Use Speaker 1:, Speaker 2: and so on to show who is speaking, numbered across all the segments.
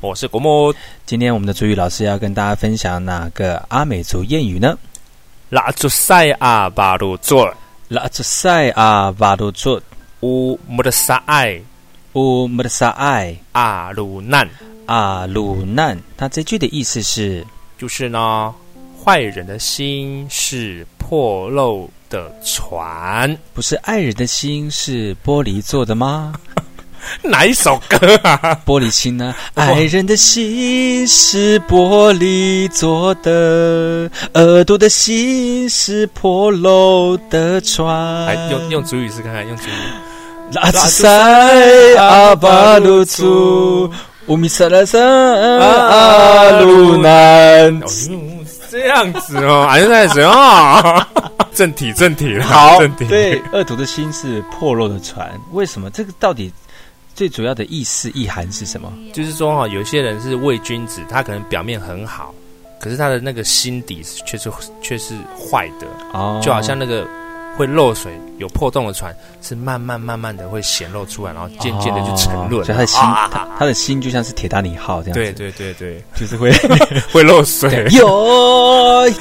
Speaker 1: 我是国木
Speaker 2: 今天我们的主语老师要跟大家分享哪个阿美族谚语呢？
Speaker 1: 拉住塞阿巴鲁做
Speaker 2: 拉兹塞阿瓦鲁措
Speaker 1: 乌木的沙爱
Speaker 2: 乌姆的萨艾
Speaker 1: 阿鲁难，
Speaker 2: 阿鲁难，它这句的意思是
Speaker 1: 就是呢，坏人的心是破漏的船。
Speaker 2: 不是爱人的心是玻璃做的 吗？
Speaker 1: 哪一首歌啊？
Speaker 2: 玻璃心呢？爱人的心是玻璃做的，耳朵的心是破漏的船。
Speaker 1: 来哎用用主语试看看，用主语。
Speaker 2: 拉兹塞阿巴鲁祖，乌米萨拉萨阿鲁南。
Speaker 1: 哦， 这样子哦，哎呀，谁哦？ 正题正题了，
Speaker 2: 好
Speaker 1: 正，题。
Speaker 2: 对，恶毒的心是破落的船。为什么？这个到底最主要的意思意涵是什么？
Speaker 1: 就是说哈、有些人是伪君子，他可能表面很好，可是他的那个心底是却是却是坏的，
Speaker 2: 哦，
Speaker 1: 就好像那个会漏水、有破洞的船，是慢慢慢慢的会显露出来，然后渐渐的就沉沦
Speaker 2: 哦
Speaker 1: 了。
Speaker 2: 所以他的心，
Speaker 1: 啊
Speaker 2: 他他的心就像是铁达尼号这样子，
Speaker 1: 对，对对对，
Speaker 2: 就是 会，
Speaker 1: 会漏水
Speaker 2: 有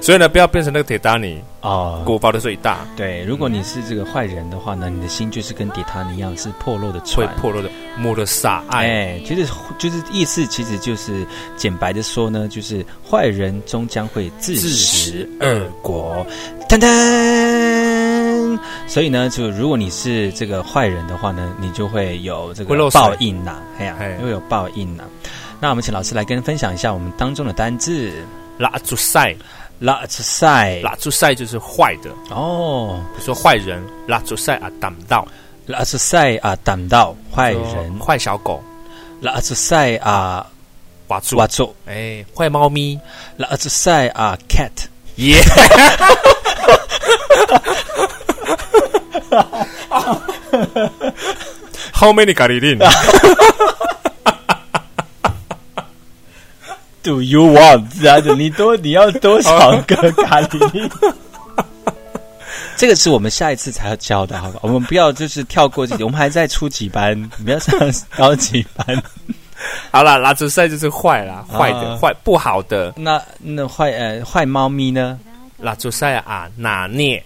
Speaker 1: 所以呢，不要变成那个铁达尼，
Speaker 2: 哦。
Speaker 1: 锅包的最大，
Speaker 2: 对，如果你是这个坏人的话呢，你的心就是跟铁达尼一样是破落的
Speaker 1: 会
Speaker 2: 船。
Speaker 1: 破落的莫的萨爱。
Speaker 2: 哎，其实就是意思，其实就是简白的说呢，就是坏人终将会自
Speaker 1: 自
Speaker 2: 食
Speaker 1: 食
Speaker 2: 恶
Speaker 1: 恶
Speaker 2: 果。噔噔，所以呢，就如果你是这个坏人的话呢，你就会有这个
Speaker 1: 会漏水
Speaker 2: 报应呐、哎呀、
Speaker 1: 哎
Speaker 2: 会有报应呐、那我们请老师来跟分享一下我们当中的单字
Speaker 1: 拉住
Speaker 2: 哎
Speaker 1: 塞，
Speaker 2: 拉兹塞
Speaker 1: 拉住塞就是坏的，
Speaker 2: 哦，
Speaker 1: 比如说坏人，拉住塞啊，挡到
Speaker 2: 拉兹塞啊，挡到坏人，
Speaker 1: 坏小狗，
Speaker 2: 拉兹塞啊，
Speaker 1: 瓦住
Speaker 2: 哇做，
Speaker 1: 哎，坏猫咪，
Speaker 2: 拉兹塞啊，cat。
Speaker 1: 耶！How many 咖喱令？
Speaker 2: Do you want？然后你多你要多少个咖喱？哦这个是我们下一次才要教的，好吧？我们不要就是跳过这点，我们还在初级班，不要 上高级班。
Speaker 1: 好啦，拉扯塞就是坏啦，坏的，
Speaker 2: 啊
Speaker 1: 坏不好的
Speaker 2: 那那坏呃坏猫咪呢？
Speaker 1: 拉扯塞啊，拿捏。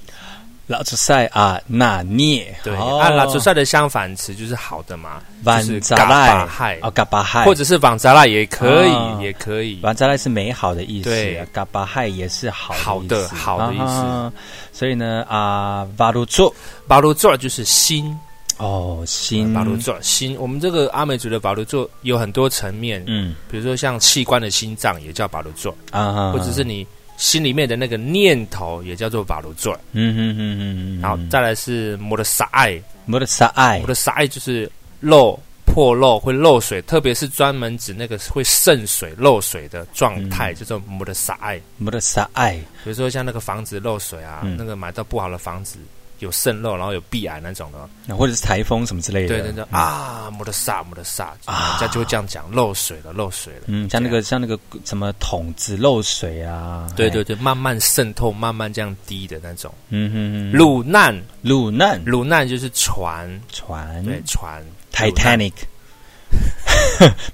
Speaker 2: 老子赛啊，拿捏
Speaker 1: 对，
Speaker 2: 哦
Speaker 1: 啊，拉扯塞的相反词就是好的嘛，就
Speaker 2: 万
Speaker 1: 是
Speaker 2: 扎
Speaker 1: 嘎巴
Speaker 2: 赖
Speaker 1: 害，
Speaker 2: 哦，嘎巴害，
Speaker 1: 或者是网扎拉也可
Speaker 2: 啊
Speaker 1: 以，也可以。
Speaker 2: 万扎赖是美好的意思啊
Speaker 1: 对，
Speaker 2: 嘎巴害也是好
Speaker 1: 好
Speaker 2: 的意
Speaker 1: 的
Speaker 2: 思
Speaker 1: 好的意思
Speaker 2: 啊哈所以呢啊，巴鲁做
Speaker 1: 巴鲁座就是心，
Speaker 2: 哦，心
Speaker 1: 巴鲁座心。我们这个阿美族的巴鲁座有很多层面，
Speaker 2: 嗯
Speaker 1: 比如说像器官的心脏也叫巴鲁座，
Speaker 2: 啊哈，
Speaker 1: 或者是你心里面的那个念头也叫做巴鲁座。
Speaker 2: 嗯哼哼哼，
Speaker 1: 然后再来是摩的沙爱，
Speaker 2: 摩的沙爱
Speaker 1: 摩的沙爱就是漏破漏会漏水，特别是专门指那个会渗水漏水的状
Speaker 2: 嗯
Speaker 1: 态，叫做摩的沙爱。
Speaker 2: 摩的沙爱
Speaker 1: 比如说像那个房子漏水啊，
Speaker 2: 嗯
Speaker 1: 那个买到不好的房子有渗漏，然后有壁癌那种的，
Speaker 2: 那或者是台风什么之类的，
Speaker 1: 对，那种啊摩的沙摩的沙，
Speaker 2: 嗯啊
Speaker 1: 人家就会这样讲，漏水了，漏水了。
Speaker 2: 嗯，像那个像那个什么桶子漏水啊，
Speaker 1: 对
Speaker 2: 哎
Speaker 1: 对，对，慢慢渗透，慢慢这样滴的那种。
Speaker 2: 嗯哼哼，
Speaker 1: 鲁难，
Speaker 2: 路难
Speaker 1: 鲁难就是船，
Speaker 2: 船
Speaker 1: 对船。
Speaker 2: ，Titanic，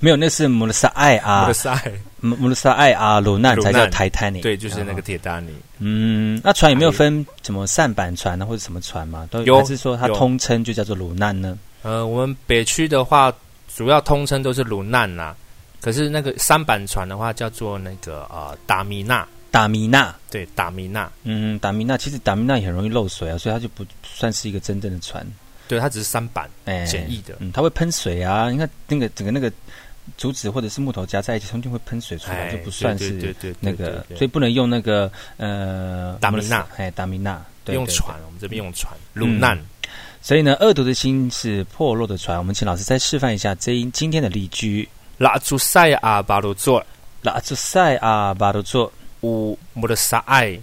Speaker 2: 没有，那是摩的沙爱
Speaker 1: 摩
Speaker 2: 啊
Speaker 1: 的，沙爱，
Speaker 2: 摩摩的沙爱啊，鲁难才叫
Speaker 1: 鲁难
Speaker 2: Titanic，
Speaker 1: 对，就是那个
Speaker 2: 啊，
Speaker 1: 铁达尼。
Speaker 2: 嗯，那船有没有分什么舢板船啊，或者什么船嘛？都
Speaker 1: 有
Speaker 2: 还是说它
Speaker 1: 有
Speaker 2: 通称就叫做鲁难呢？
Speaker 1: 呃，我们北区的话，主要通称都是鲁难啦。可是那个三板船的话，叫做那个呃达米纳，
Speaker 2: 达米纳，
Speaker 1: 对，达米纳，
Speaker 2: 嗯，达米纳其实达米纳也很容易漏水啊，所以它就不算是一个真正的船。
Speaker 1: 对，它只是三板
Speaker 2: 哎，
Speaker 1: 简易的。
Speaker 2: 嗯，它会喷水啊，你看那个整个那个竹子或者是木头夹在一起，中间会喷水出来，
Speaker 1: 哎，
Speaker 2: 啊就不算
Speaker 1: 对
Speaker 2: 是
Speaker 1: 对对对
Speaker 2: 那
Speaker 1: 对
Speaker 2: 个
Speaker 1: 对，对
Speaker 2: 所以不能用那个呃
Speaker 1: 达米纳，
Speaker 2: 哎，达米纳，对
Speaker 1: 用。
Speaker 2: 对嗯
Speaker 1: 船，我们这边用船，鲁难。
Speaker 2: 对所以呢，恶毒的心是破落的船。我们请老师再示范一下这一今天的例句：
Speaker 1: 拉住塞阿巴鲁座，
Speaker 2: 拉出塞啊巴鲁做
Speaker 1: 乌穆的沙艾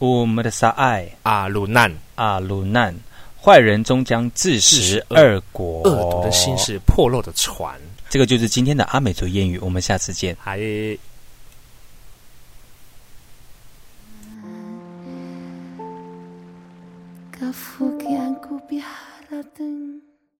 Speaker 2: 乌姆的沙艾
Speaker 1: 阿鲁难，
Speaker 2: 啊鲁难，坏人终将自食恶果。
Speaker 1: 恶毒的心是破漏的船。
Speaker 2: 这个就是今天的阿美族谚语，我们下次见。
Speaker 1: 还
Speaker 3: Kafu ke aku piara teng